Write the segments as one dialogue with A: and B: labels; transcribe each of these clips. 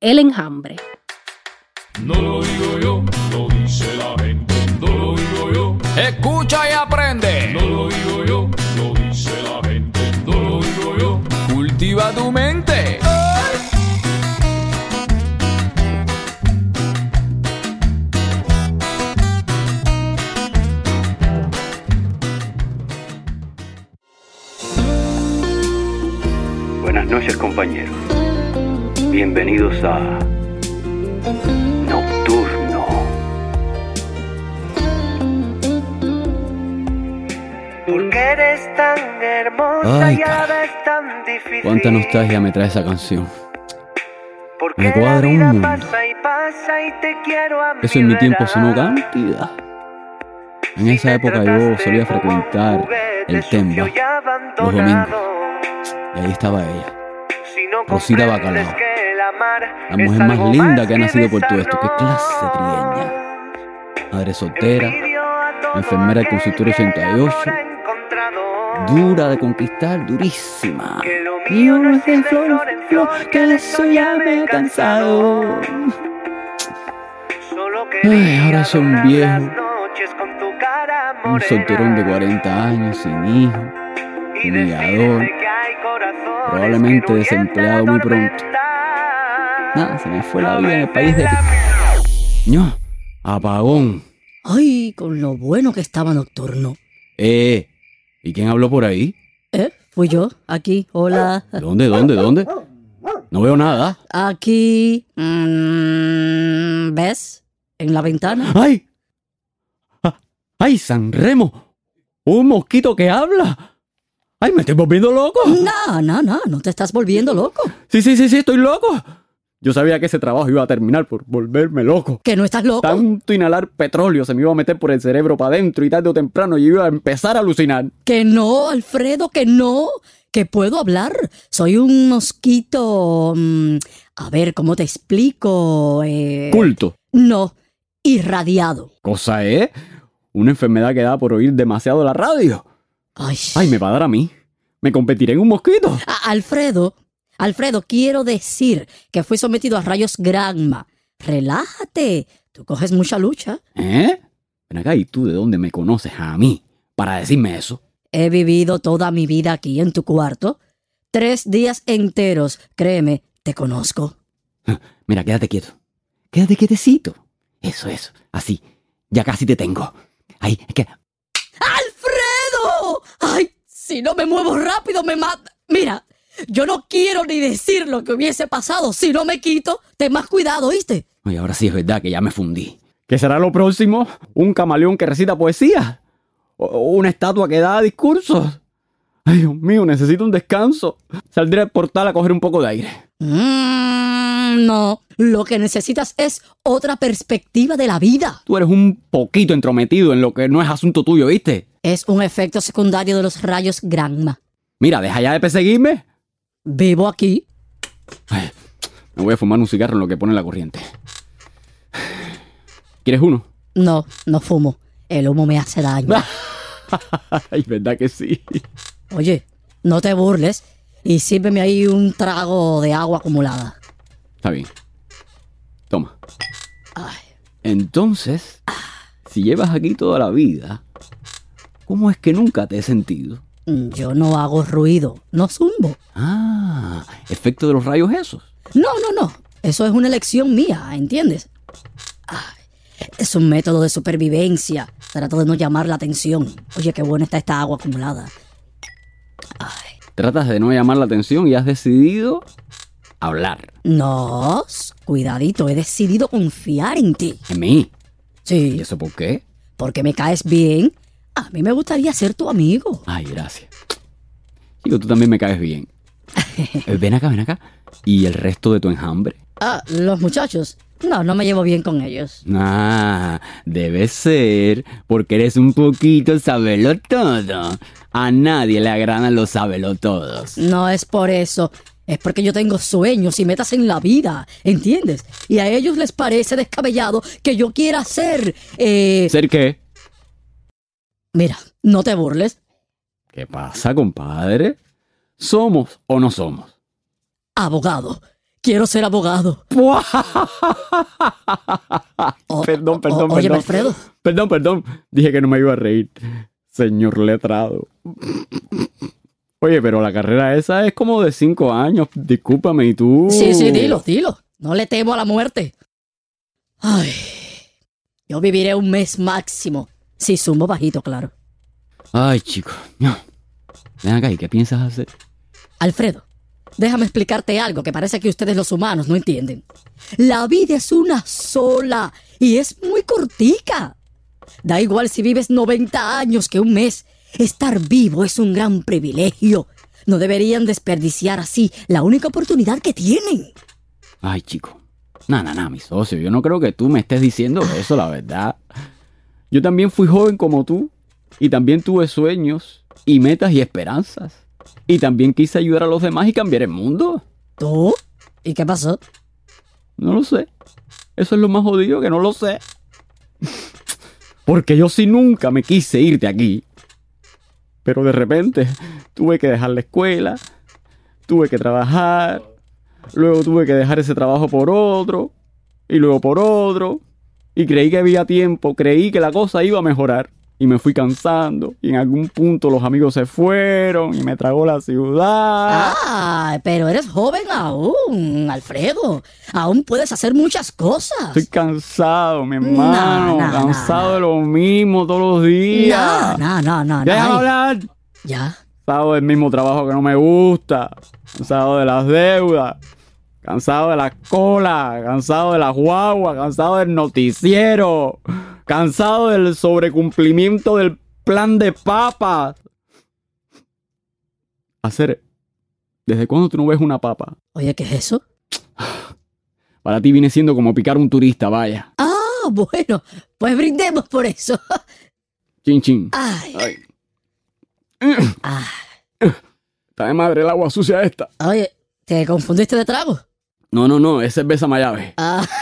A: El Enjambre.
B: No lo digo yo, lo dice la gente. No lo digo yo,
C: Escucha y aprende.
B: no lo digo yo, lo dice la gente. No lo digo yo.
C: Cultiva tu mente.
D: Buenas noches compañeros. Bienvenidos a Nocturno.
E: Porque eres tan hermosa
F: Ay,
E: y a
F: caray.
E: veces tan difícil.
F: Cuánta nostalgia me trae esa canción.
E: Porque
F: me cuadra
E: la
F: un
E: vida
F: mundo.
E: pasa y pasa y te quiero a
F: Eso
E: mi
F: en mi tiempo sonó
E: vera.
F: cantidad. En esa época yo solía frecuentar el Temba.
E: Los
F: Y ahí estaba ella.
E: Si no
F: Rosita
E: comprendes
F: Bacalao.
E: que el amar
F: La mujer
E: es
F: más
E: algo
F: linda
E: más
F: que ha nacido por todo
E: besar,
F: esto. Qué clase
E: no.
F: trigueña. Madre soltera,
E: Envidio a todo
F: enfermera del
E: aquel
F: consultorio
E: que el
F: 88,
E: amor ha encontrado.
F: dura de conquistar, durísima.
E: Que lo
F: Y
E: mío no
F: uno
E: es
F: es de
E: de
F: flor en flor, que de eso ya me he cansado.
E: Solo
F: Ay, ahora
E: quería
F: soy un
E: adornar
F: viejo.
E: las noches con tu cara
F: Un
E: morena.
F: solterón de 40 años, sin hijo,
E: Y
F: humillador,
E: decirte que hay corazones
F: probablemente
E: que huyen
F: desempleado
E: la
F: muy pronto. Ah,
E: tormenta.
F: Nada, se me fue la
E: No
F: vida en el país de...
E: beses la
F: ¡No! ¡Apagón!
G: Ay, con lo bueno que estaba nocturno.
F: Eh, ¿y quién habló por ahí?
G: ¿Eh? Fui yo, aquí, hola,
F: ¿Dónde, dónde, dónde? No veo nada.
G: aquí. Mm, ¿Ves? En la ventana.
F: ¡Ay! Ah, ¡Ay, San Remo! ¡Un mosquito que habla! ¡Ay, me estoy volviendo loco!
G: No, no, no, no te estás volviendo loco.
F: Sí, sí, sí, sí, estoy loco. Yo sabía que ese trabajo iba a terminar por volverme loco.
G: Que no estás loco.
F: Tanto inhalar petróleo se me iba a meter por el cerebro para adentro y tarde o temprano yo iba a empezar a alucinar.
G: Que no, Alfredo, que no. Que puedo hablar. Soy un mosquito. mm, a ver, ¿cómo te explico? Eh,
F: Culto.
G: No, irradiado.
F: Cosa es, una enfermedad que da por oír demasiado la radio.
G: Ay,
F: ¡Ay, me va a dar a mí! ¡Me competiré en un mosquito!
G: A- Alfredo, Alfredo, quiero decir que fui sometido a rayos granma. Relájate, tú coges mucha lucha.
F: ¿Eh? Ven acá, ¿y tú de dónde me conoces a mí para decirme eso?
G: He vivido toda mi vida aquí en tu cuarto. Tres días enteros, créeme, te conozco.
F: Mira, quédate quieto. Quédate quietecito. Eso, eso. Así. Ya casi te tengo. Ahí, es que...
G: ¡Alfredo! ¡Ay! Si no me muevo rápido, me mata. Mira, yo no quiero ni decir lo que hubiese pasado. Si no me quito, ten más cuidado, ¿oíste?
F: Oye, ahora sí es verdad que ya me fundí. ¿Qué será lo próximo? ¿Un camaleón que recita poesía? ¿O- o una estatua que da discursos? Ay, Dios mío, necesito un descanso. Saldré al portal a coger un poco de aire.
G: Mm, no, lo que necesitas es otra perspectiva de la vida.
F: Tú eres un poquito entrometido en lo que no es asunto tuyo, ¿viste?
G: Es un efecto secundario de los rayos Granma.
F: Mira, deja ya de perseguirme.
G: Vivo aquí.
F: Me voy a fumar un cigarro en lo que pone la corriente. ¿Quieres uno?
G: No, no fumo. El humo me hace daño.
F: Ay, verdad que sí.
G: Oye, no te burles y sírveme ahí un trago de agua acumulada.
F: Está bien. Toma. Entonces, si llevas aquí toda la vida, ¿cómo es que nunca te he sentido?
G: Mm, Yo no hago ruido, no zumbo.
F: Ah, efecto de los rayos esos.
G: No, no, no. Eso es una elección mía, ¿entiendes? Ay, es un método de supervivencia. Trato de no llamar la atención. Oye, qué buena está esta agua acumulada.
F: Tratas de no llamar la atención y has decidido hablar
G: No, s- cuidadito, he decidido confiar en ti.
F: en mí.
G: Sí.
F: ¿Y eso por qué?
G: porque me caes bien, a mí me gustaría ser tu amigo.
F: Ay, gracias. Chico, tú también me caes bien. Eh, Ven acá, ven acá. ¿Y el resto de tu enjambre?
G: Ah, los muchachos. No, no me llevo bien con ellos.
F: Ah, debe ser porque eres un poquito sabelo todo. A nadie le agradan los sabelo todos.
G: No es por eso. Es porque yo tengo sueños y metas en la vida, ¿entiendes? Y a ellos les parece descabellado que yo quiera ser... Eh...
F: ¿Ser qué?
G: Mira, no te burles.
F: ¿Qué pasa, compadre? ¿Somos o no somos?
G: Abogado. Quiero ser abogado. O-
F: Perdón,
G: o-
F: perdón,
G: Oye,
F: perdón.
G: Alfredo.
F: Perdón, perdón. Dije que no me iba a reír. Señor letrado. Oye, pero la carrera esa es como de cinco años. Discúlpame, ¿y tú?
G: Sí, sí, dilo, dilo. No le temo a la muerte. Ay, yo viviré un mes máximo. Si sumo bajito, claro.
F: Ay, chico. No. Ven acá, ¿y qué piensas hacer?
G: Alfredo, déjame explicarte algo que parece que ustedes los humanos no entienden. La vida es una sola y es muy cortica. Da igual si vives 90 años que un mes. Estar vivo es un gran privilegio. No deberían desperdiciar así la única oportunidad que tienen.
F: Ay, chico. No, no, no, mi socio. Yo no creo que tú me estés diciendo eso, la verdad. Yo también fui joven como tú. Y también tuve sueños y metas y esperanzas. Y también quise ayudar a los demás y cambiar el mundo.
G: ¿Tú? ¿Y qué pasó?
F: No lo sé. Eso es lo más jodido que no lo sé. Porque yo sí nunca me quise ir de aquí. Pero de repente tuve que dejar la escuela, tuve que trabajar, luego tuve que dejar ese trabajo por otro, y luego por otro. Y creí que había tiempo, creí que la cosa iba a mejorar. Y me fui cansando, y en algún punto los amigos se fueron, y me tragó la ciudad.
G: Ah, pero eres joven aún, Alfredo. Aún puedes hacer muchas cosas.
F: Estoy cansado, mi hermano.
G: no, no,
F: cansado
G: no.
F: de lo mismo todos los días.
G: No, no, no, no. no.
F: Deja de
G: Ay,
F: hablar.
G: Ya.
F: Cansado del mismo trabajo que no me gusta. Cansado de las deudas. Cansado de la cola. Cansado de la guagua. Cansado del noticiero. Cansado del sobrecumplimiento del plan de papas. Hacer. ¿Desde cuándo tú no ves una papa?
G: Oye, ¿qué es eso?
F: Para ti viene siendo como picar un turista, vaya.
G: Ah, bueno, pues brindemos por eso.
F: Chin, chin.
G: Ay,
F: Ay.
G: ah.
F: Está de madre el agua sucia esta.
G: Oye, ¿te confundiste de trago?
F: No, no, no, es cerveza Mayave.
G: Ah,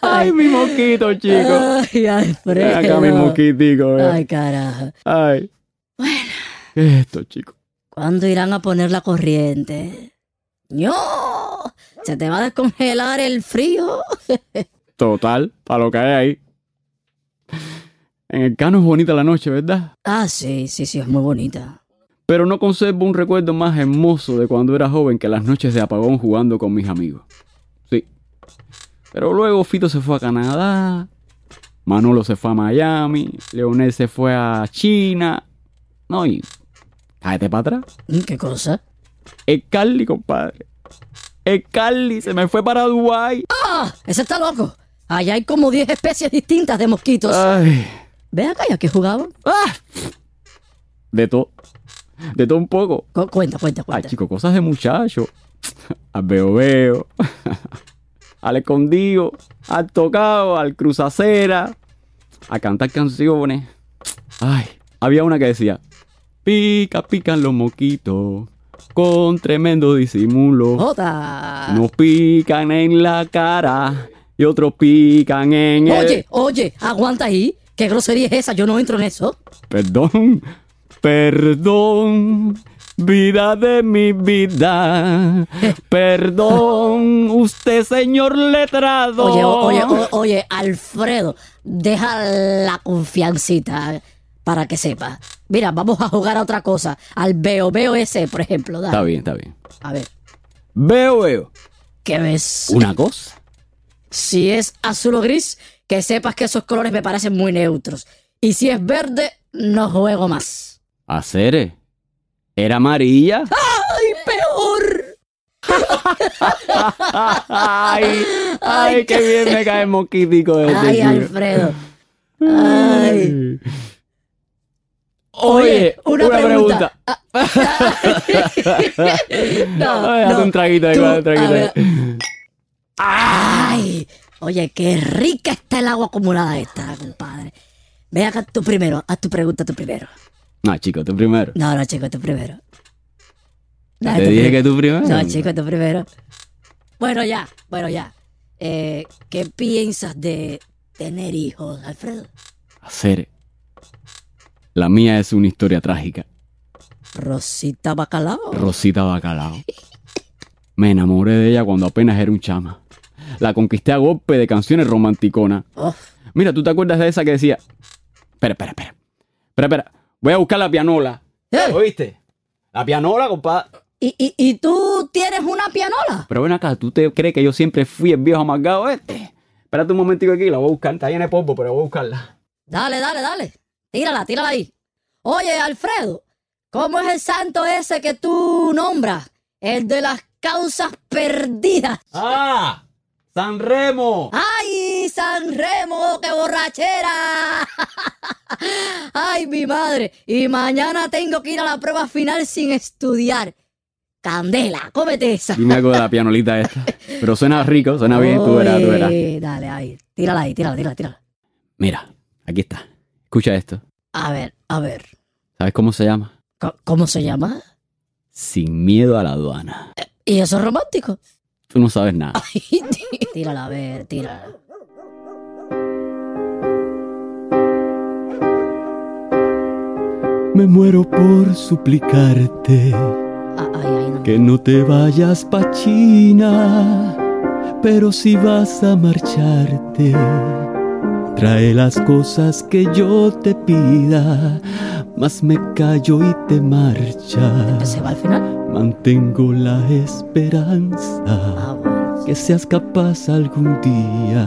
F: Ay, mi moquito, chico.
G: ay, Alfredo.
F: Ven acá mi moquitico, eh.
G: Ay, carajo.
F: Ay. Bueno. Esto, chico.
G: ¿Cuándo irán a poner la corriente? ¡No! Se te va a descongelar el frío.
F: Total, para lo que hay ahí. En el cano es bonita la noche, ¿verdad?
G: Ah, sí, sí, sí, es muy bonita.
F: Pero no conservo un recuerdo más hermoso de cuando era joven que las noches de apagón jugando con mis amigos. Sí. Pero luego Fito se fue a Canadá, Manolo se fue a Miami, Leonel se fue a China. No, y... Cállate para atrás.
G: Mm, ¿Qué cosa?
F: El Carly, compadre. El Carly se me fue para Dubai.
G: Ah, Ese está loco. Allá hay como 10 especies distintas de mosquitos.
F: Ay.
G: Ve acá, ¿ya que jugaban?
F: Ah. De todo. De todo un poco.
G: Cu- cuenta, cuenta,
F: Ay,
G: cuenta.
F: chico, cosas de muchacho. Al veo veo. Al escondido. Al tocado. Al cruzacera. A cantar canciones. Ay. Había una que decía. Pica, pican los moquitos. Con tremendo disimulo.
G: Jota.
F: Nos pican en la cara y otros pican en el...
G: Oye, oye, aguanta ahí. ¿Qué grosería es esa? Yo no entro en eso.
F: Perdón, perdón, vida de mi vida. Perdón, usted señor letrado.
G: Oye, o- oye, o- oye, Alfredo, deja la confiancita para que sepa. Mira, vamos a jugar a otra cosa. Al veo, veo ese, por ejemplo. dale.
F: Está bien, está bien.
G: A ver,
F: Veo, veo.
G: ¿qué ves?
F: Una cosa.
G: Si es azul o gris, que sepas que esos colores me parecen muy neutros. Y si es verde, no juego más.
F: Hacer. Era amarilla.
G: ¡Ay, peor!
F: Ay, ay, qué bien me cae el mosquitico de este
G: ¡Ay,
F: chico.
G: Alfredo! ¡Ay! Oye, una, pregunta. Ah, No,
F: Ay, date
G: no.
F: un traguito ahí,
G: Tú,
F: date un traguito
G: a ver.
F: ahí.
G: ¡Ay! Oye, qué rica está el agua acumulada esta, compadre. Ve acá tú primero, haz tu pregunta tú primero.
F: No, chico, tú primero.
G: No, no, chico, tú primero. Dale,
F: Te
G: tú
F: dije
G: primero.
F: que tú primero.
G: No, chico, tú primero. Bueno, ya, bueno, ya. Eh, ¿Qué piensas de tener hijos, Alfredo?
F: Hacer. La mía es una historia trágica.
G: Rosita Bacalao.
F: Rosita Bacalao. Me enamoré de ella cuando apenas era un chama. La conquisté a golpe de canciones romanticonas.
G: Oh,
F: Mira, ¿tú te acuerdas de esa que decía? Espera, espera, espera. Espera, espera. Voy a buscar la pianola.
G: Eh.
F: ¿Oíste? La pianola, compadre.
G: ¿Y, y, y tú tienes una pianola?
F: Pero ven acá, ¿tú te crees que yo siempre fui el viejo amargado este? Espérate un momentico aquí, la voy a buscar. Está llena de polvo, pero voy a buscarla.
G: Dale, dale, dale. Tírala, tírala ahí. Oye, Alfredo, ¿cómo es el santo ese que tú nombras? El de las causas perdidas.
F: ¡Ah! ¡San Remo!
G: ¡Ay, San Remo, qué borrachera! ¡Ay, mi madre! Y mañana tengo que ir a la prueba final sin estudiar. Candela, cómete esa.
F: Dime algo de la pianolita esta. Pero suena rico, suena Ah, bien, tú verás, tú verás.
G: Oye, Dale, ahí. Tírala ahí, tírala, tírala, tírala.
F: Mira, aquí está. Escucha esto.
G: A ver, a ver.
F: ¿Sabes cómo se llama?
G: ¿co- ¿Cómo se llama?
F: Sin miedo a la aduana.
G: ¿Y eso es romántico?
F: Tú no sabes nada.
G: tírala, a ver, tírala.
F: Me muero por suplicarte
G: Ah, ay, ay, no.
F: que no te vayas pa' China. Pero si vas a marcharte, trae las cosas que yo te pida. Más me callo y te marchas.
G: ¿Se va al final?
F: Mantengo la esperanza.
G: Ah, bueno.
F: que seas capaz algún día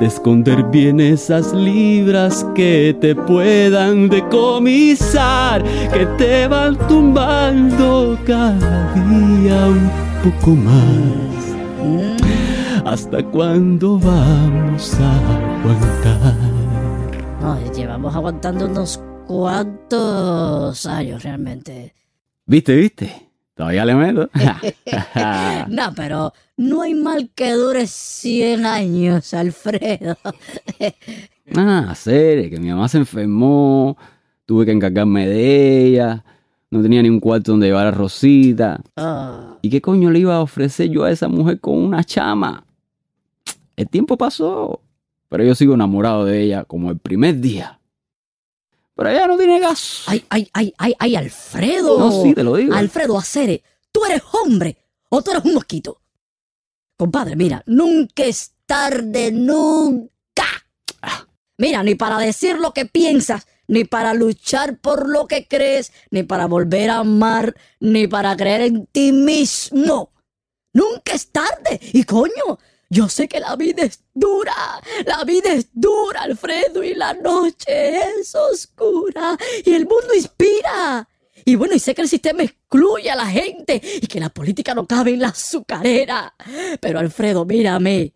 F: de esconder bien esas libras que te puedan decomisar, que te van tumbando cada día un poco más.
G: Mm,
F: ¿Hasta cuándo vamos a aguantar?
G: No, llevamos aguantando unos cuantos años realmente.
F: ¿Viste, viste? Todavía le meto.
G: No, pero no hay mal que dure 100 años, Alfredo.
F: Ah, serio, que mi mamá se enfermó, tuve que encargarme de ella, no tenía ni un cuarto donde llevar a Rosita.
G: Ah,
F: ¿Y qué coño le iba a ofrecer yo a esa mujer con una chama? El tiempo pasó, pero yo sigo enamorado de ella como el primer día. Pero ella no tiene gas.
G: Ay, ay, ay, ay, ay, Alfredo.
F: no, sí, te lo digo.
G: Alfredo Acere, tú eres hombre o tú eres un mosquito. Compadre, mira, nunca es tarde, nunca. Mira, ni para decir lo que piensas, ni para luchar por lo que crees, ni para volver a amar, ni para creer en ti mismo. Nunca es tarde. Y coño, yo sé que la vida es dura. La vida es dura, Alfredo, y la noche es oscura. Y el mundo inspira. Y bueno, y sé que el sistema excluye a la gente y que la política no cabe en la azucarera. Pero Alfredo, mírame.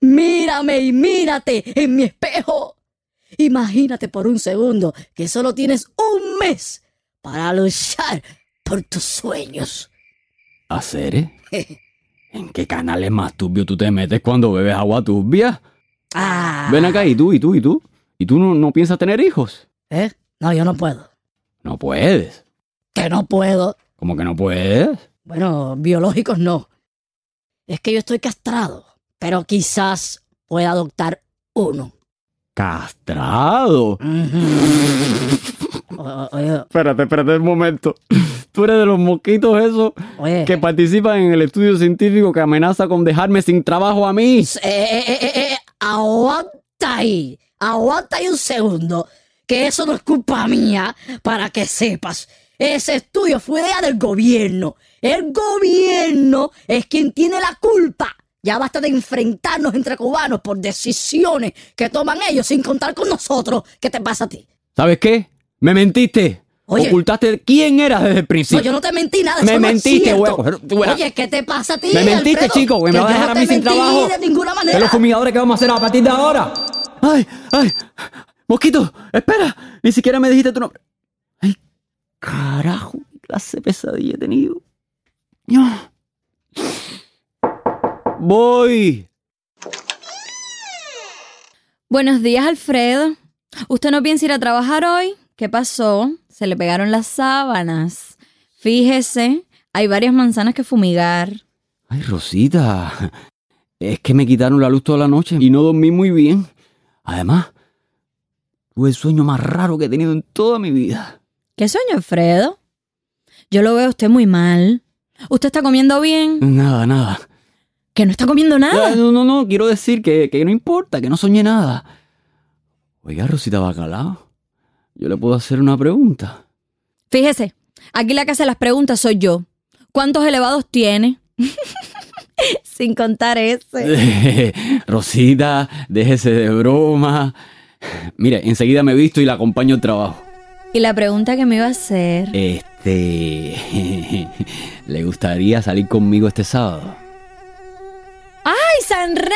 G: Mírame y mírate en mi espejo. Imagínate por un segundo que solo tienes un mes para luchar por tus sueños.
F: ¿Hacer? Ah, ¿En qué canales más turbios tú te metes cuando bebes agua turbia?
G: Ah.
F: Ven acá, y tú, y tú, y tú. ¿Y tú no, no piensas tener hijos?
G: ¿Eh? No, yo no puedo.
F: No puedes.
G: Que no puedo.
F: ¿Cómo que no puedes?
G: Bueno, biológicos no. Es que yo estoy castrado, pero quizás pueda adoptar uno.
F: Castrado.
G: Ujú. O- o- Oye,
F: Espérate, espérate un momento. Tú eres de los mosquitos esos
G: oye.
F: que participan en el estudio científico que amenaza con dejarme sin trabajo a mí.
G: Eh, eh, eh, eh, eh, aguanta ahí. Aguanta ahí un segundo. Que eso no es culpa mía, para que sepas. Ese estudio fue idea del gobierno. El gobierno es quien tiene la culpa. Ya basta de enfrentarnos entre cubanos por decisiones que toman ellos sin contar con nosotros. ¿Qué te pasa a ti?
F: ¿Sabes qué? Me mentiste.
G: Oye.
F: Ocultaste quién eras desde el
G: No,
F: principio.
G: yo no te mentí nada.
F: Me
G: eso no es
F: mentiste,
G: cierto.
F: huevo, pero tú eras-
G: Oye, ¿qué te pasa a ti?
F: Me mentiste,
G: Alfredo?
F: chico, que me
G: Que
F: vas a
G: yo
F: dejar
G: no
F: a
G: te
F: mí sin
G: mentí
F: trabajo.
G: de ninguna
F: ¿Qué
G: manera.
F: los fumigadores que vamos a hacer a partir de ahora? ¡Ay, ay! Mosquito, espera. Ni siquiera me dijiste tu nombre. Ay, Carajo, qué clase de pesadilla he tenido. Ah. Voy.
H: Buenos días, Alfredo. ¿Usted no piensa ir a trabajar hoy? ¿Qué pasó? Se le pegaron las sábanas. Fíjese, hay varias manzanas que fumigar.
F: Ay, Rosita. Es que me quitaron la luz toda la noche y no dormí muy bien. Además, tuve el sueño más raro que he tenido en toda mi vida.
H: ¿Qué sueño, Alfredo? Yo lo veo a usted muy mal. ¿Usted está comiendo bien?
F: Nada, nada.
H: ¿Que no está comiendo
F: Ah,
H: nada?
F: No, no, no, quiero decir que, que no importa, que no soñé nada. Oiga, Rosita Bacalao, yo le puedo hacer una pregunta.
H: Fíjese, aquí la que hace las preguntas soy yo. ¿Cuántos elevados tiene? Sin contar ese.
F: Rosita, déjese de broma. Mire, enseguida me visto y la acompaño al trabajo.
H: Y la pregunta que me iba a hacer.
F: Este... ¿Le gustaría salir conmigo este sábado?
H: ¡Ay, San Remo!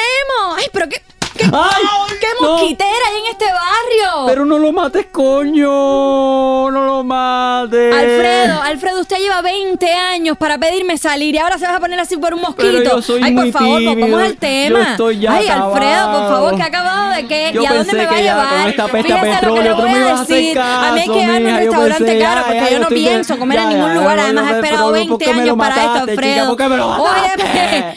H: ¡Ay, pero qué, qué,
F: ¡Ay!
H: qué
F: No.
H: mosquitera hay en este barrio!
F: Pero no lo mates, coño. No lo mates.
H: Alfredo, Alfredo, usted lleva 20 años para pedirme salir y ahora se va a poner así por un mosquito.
F: Pero yo soy
H: Ay,
F: muy
H: por favor,
F: tímido,
H: volvamos al
F: yo
H: tema.
F: estoy ya
H: Ay, Alfredo, por favor,
F: acabado.
H: ¿qué ha acabado de qué?
F: Yo
H: ¿Y a dónde
F: pensé
H: me va a
F: que ya
H: llevar?
F: con esta pesta de
H: Fíjese lo que
F: petróleo
H: le
F: tú
H: voy
F: me
H: a
F: ibas a hacer
H: decir. a mí hay que
F: caso,
H: darme un
F: mija, yo
H: restaurante
F: pensé,
H: caro
F: ya,
H: porque
F: ya,
H: yo
F: yo
H: no
F: estoy que-
H: pienso comer en
F: ya,
H: ningún
F: ya,
H: lugar.
F: ya,
H: Además, he
F: pero
H: esperado
F: ¿por qué
H: 20
F: me lo
H: años para esto,
F: mataste, chica?
H: Alfredo.
F: ¿Por qué me lo
H: Oye, pues,
F: mataste?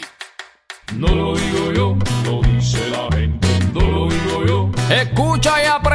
B: No lo digo yo, lo dice la gente. No lo digo yo,
C: Escucha y aprende.